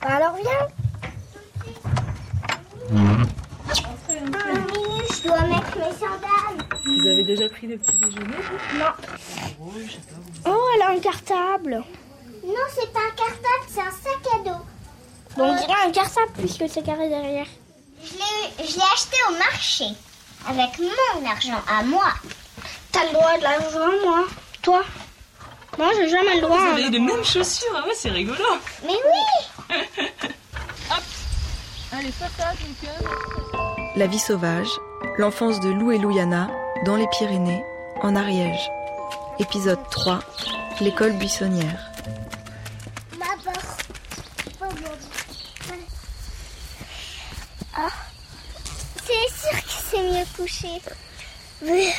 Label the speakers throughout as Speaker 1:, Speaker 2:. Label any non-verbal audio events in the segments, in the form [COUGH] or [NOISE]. Speaker 1: Alors viens. Un minute, je dois mettre mes sandales.
Speaker 2: Vous avez déjà pris le petit déjeuner
Speaker 3: Oh, elle a un cartable.
Speaker 1: Non, c'est pas un cartable, c'est un sac à dos.
Speaker 3: Bon, on dirait un cartable puisque c'est carré derrière.
Speaker 1: Euh, Je l'ai je l'ai acheté au marché. Avec mon argent à moi.
Speaker 3: T'as le droit à de l'argent, moi. Toi Moi, j'ai jamais le droit.
Speaker 2: Vous
Speaker 3: hein.
Speaker 2: avez les mêmes chaussures, ah ouais, c'est rigolo.
Speaker 1: Mais oui
Speaker 4: La vie sauvage, l'enfance de Lou et Louyana dans les Pyrénées, en Ariège. Épisode 3, l'école buissonnière.
Speaker 1: Ma porte. Pas aujourd'hui. Ah. C'est sûr que c'est mieux couché. Mais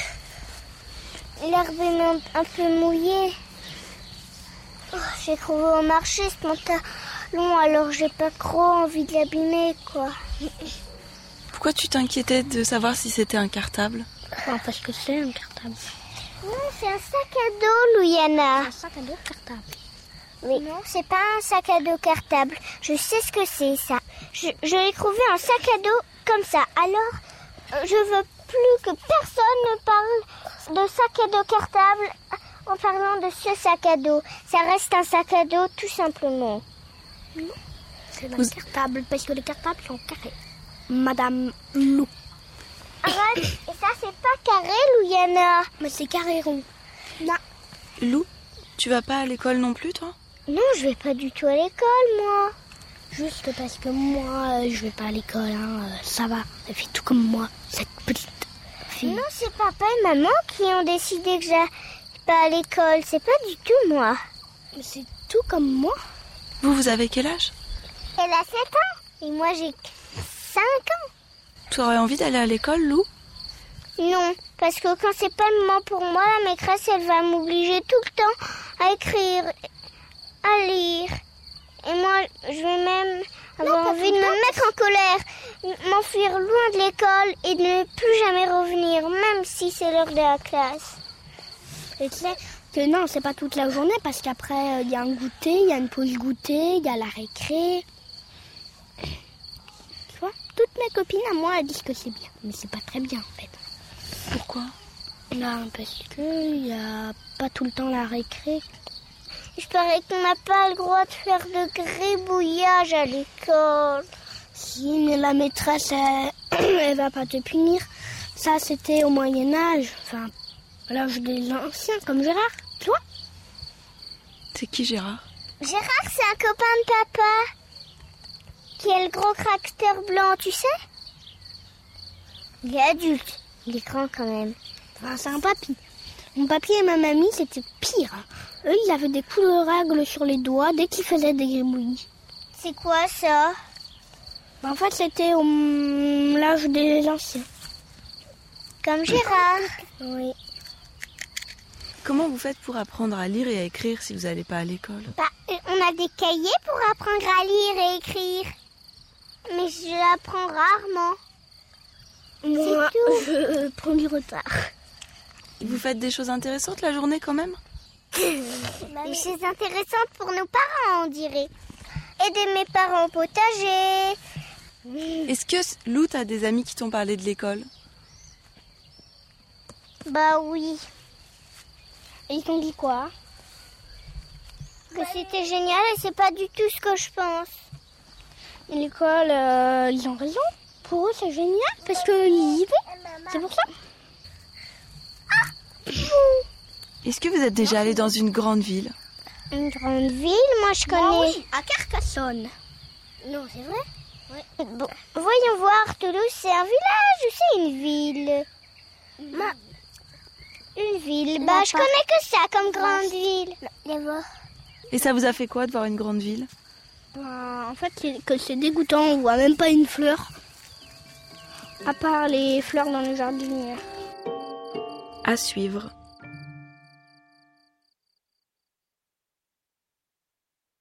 Speaker 1: L'herbe est un, un peu mouillée. Oh, J'ai trouvé au marché ce pantalon, alors j'ai pas trop envie de l'abîmer, quoi.
Speaker 4: Pourquoi tu t'inquiétais de savoir si c'était un cartable
Speaker 3: Enfin, parce que c'est un cartable.
Speaker 1: Non, c'est un sac à dos, Louyana.
Speaker 3: Un sac à dos cartable.
Speaker 1: Non, c'est pas un sac à dos cartable. Je sais ce que c'est, ça. Je, je l'ai trouvé un sac à dos comme ça. Alors, euh, je veux plus que personne ne parle de sac à dos cartable en parlant de ce sac à dos. Ça reste un sac à dos, tout simplement.
Speaker 3: C'est un cartable parce que les cartables sont carrés. Madame Lou.
Speaker 1: Arrête, et ça, c'est pas carré, Louyana.
Speaker 3: Mais c'est carré rond.
Speaker 4: Lou, tu vas pas à l'école non plus, toi
Speaker 1: Non, je vais pas du tout à l'école, moi.
Speaker 3: Juste parce que moi, euh, je vais pas à l'école. Hein. euh, Ça va. Elle fait tout comme moi, cette petite fille.
Speaker 1: Non, c'est papa et maman qui ont décidé que j'allais pas à l'école. C'est pas du tout moi.
Speaker 3: Mais c'est tout comme moi.
Speaker 4: Vous, vous avez quel âge
Speaker 1: Elle a 7 ans. Et moi, j'ai 5 ans.
Speaker 4: Tu aurais envie d'aller à l'école, Lou
Speaker 1: Non, parce que quand c'est pas le moment pour moi, la maîtresse, elle va m'obliger tout le temps à écrire, à lire. Et moi, je vais même avoir envie de me mettre en colère, m- m'enfuir loin de l'école et de ne plus jamais revenir, même si c'est l'heure de la classe.
Speaker 3: Et tu sais que non, c'est pas toute la journée parce qu'après, euh, il y a un goûter, il y a une pause goûter, il y a la récré. Tu vois, toutes mes copines à moi elles disent que c'est bien. Mais c'est pas très bien en fait.
Speaker 4: Pourquoi
Speaker 3: Non, parce qu'il y a pas tout le temps la récré.
Speaker 1: Je parais qu'on n'a pas le droit de faire de gribouillage à l'école.
Speaker 3: Si mais la maîtresse, elle, [CLEARS THROAT] elle va pas te punir. Ça, c'était au Moyen-Âge. Enfin, à l'âge des anciens, comme Gérard. Tu vois
Speaker 4: C'est qui, Gérard
Speaker 1: Gérard, c'est un copain de papa. Qui est le gros caractère blanc, tu sais Il est adulte. Il est grand quand même.
Speaker 3: Enfin, c'est un papy. Mon papy et ma mamie, c'était pire. hein. Eux, ils avaient des coups de règle sur les doigts dès qu'ils faisaient des gribouillis.
Speaker 1: C'est quoi ça
Speaker 3: Ben, En fait, c'était au mm, l'âge des anciens.
Speaker 1: Comme Gérard.
Speaker 3: Oui.
Speaker 4: Comment vous faites pour apprendre à lire et à écrire si vous n'allez pas à l'école
Speaker 1: Bah, euh, on a des cahiers pour apprendre à lire et écrire. Mais je l'apprends rarement.
Speaker 3: Moi,
Speaker 1: tout.
Speaker 3: je prends du retard.
Speaker 4: Vous faites des choses intéressantes la journée quand même
Speaker 1: Des choses intéressantes pour nos parents, on dirait. Aider mes parents au potager.
Speaker 4: Est-ce que c- Lou, t'as des amis qui t'ont parlé de l'école
Speaker 1: Bah oui.
Speaker 3: Et ils t'ont dit quoi
Speaker 1: Que c'était génial et c'est pas du tout ce que je pense.
Speaker 3: L'école, euh, ils ont raison. Pour eux, c'est génial parce qu'ils y vont. C'est pour ça.
Speaker 1: Ah.
Speaker 4: Est-ce que vous êtes déjà allé dans une grande ville
Speaker 1: Une grande ville, moi je
Speaker 3: Bah
Speaker 1: connais.
Speaker 3: à Carcassonne.
Speaker 1: Non, c'est vrai Bon, voyons voir, Toulouse c'est un village ou c'est une ville Ma- Une ville, bah
Speaker 3: Non,
Speaker 1: je
Speaker 3: pas.
Speaker 1: connais que ça comme grande ville. D'abord.
Speaker 4: Et ça vous a fait quoi de voir une grande ville
Speaker 3: Ben, en fait, c'est que c'est dégoûtant. On voit même pas une fleur. À part les fleurs dans le jardinier.
Speaker 4: À suivre.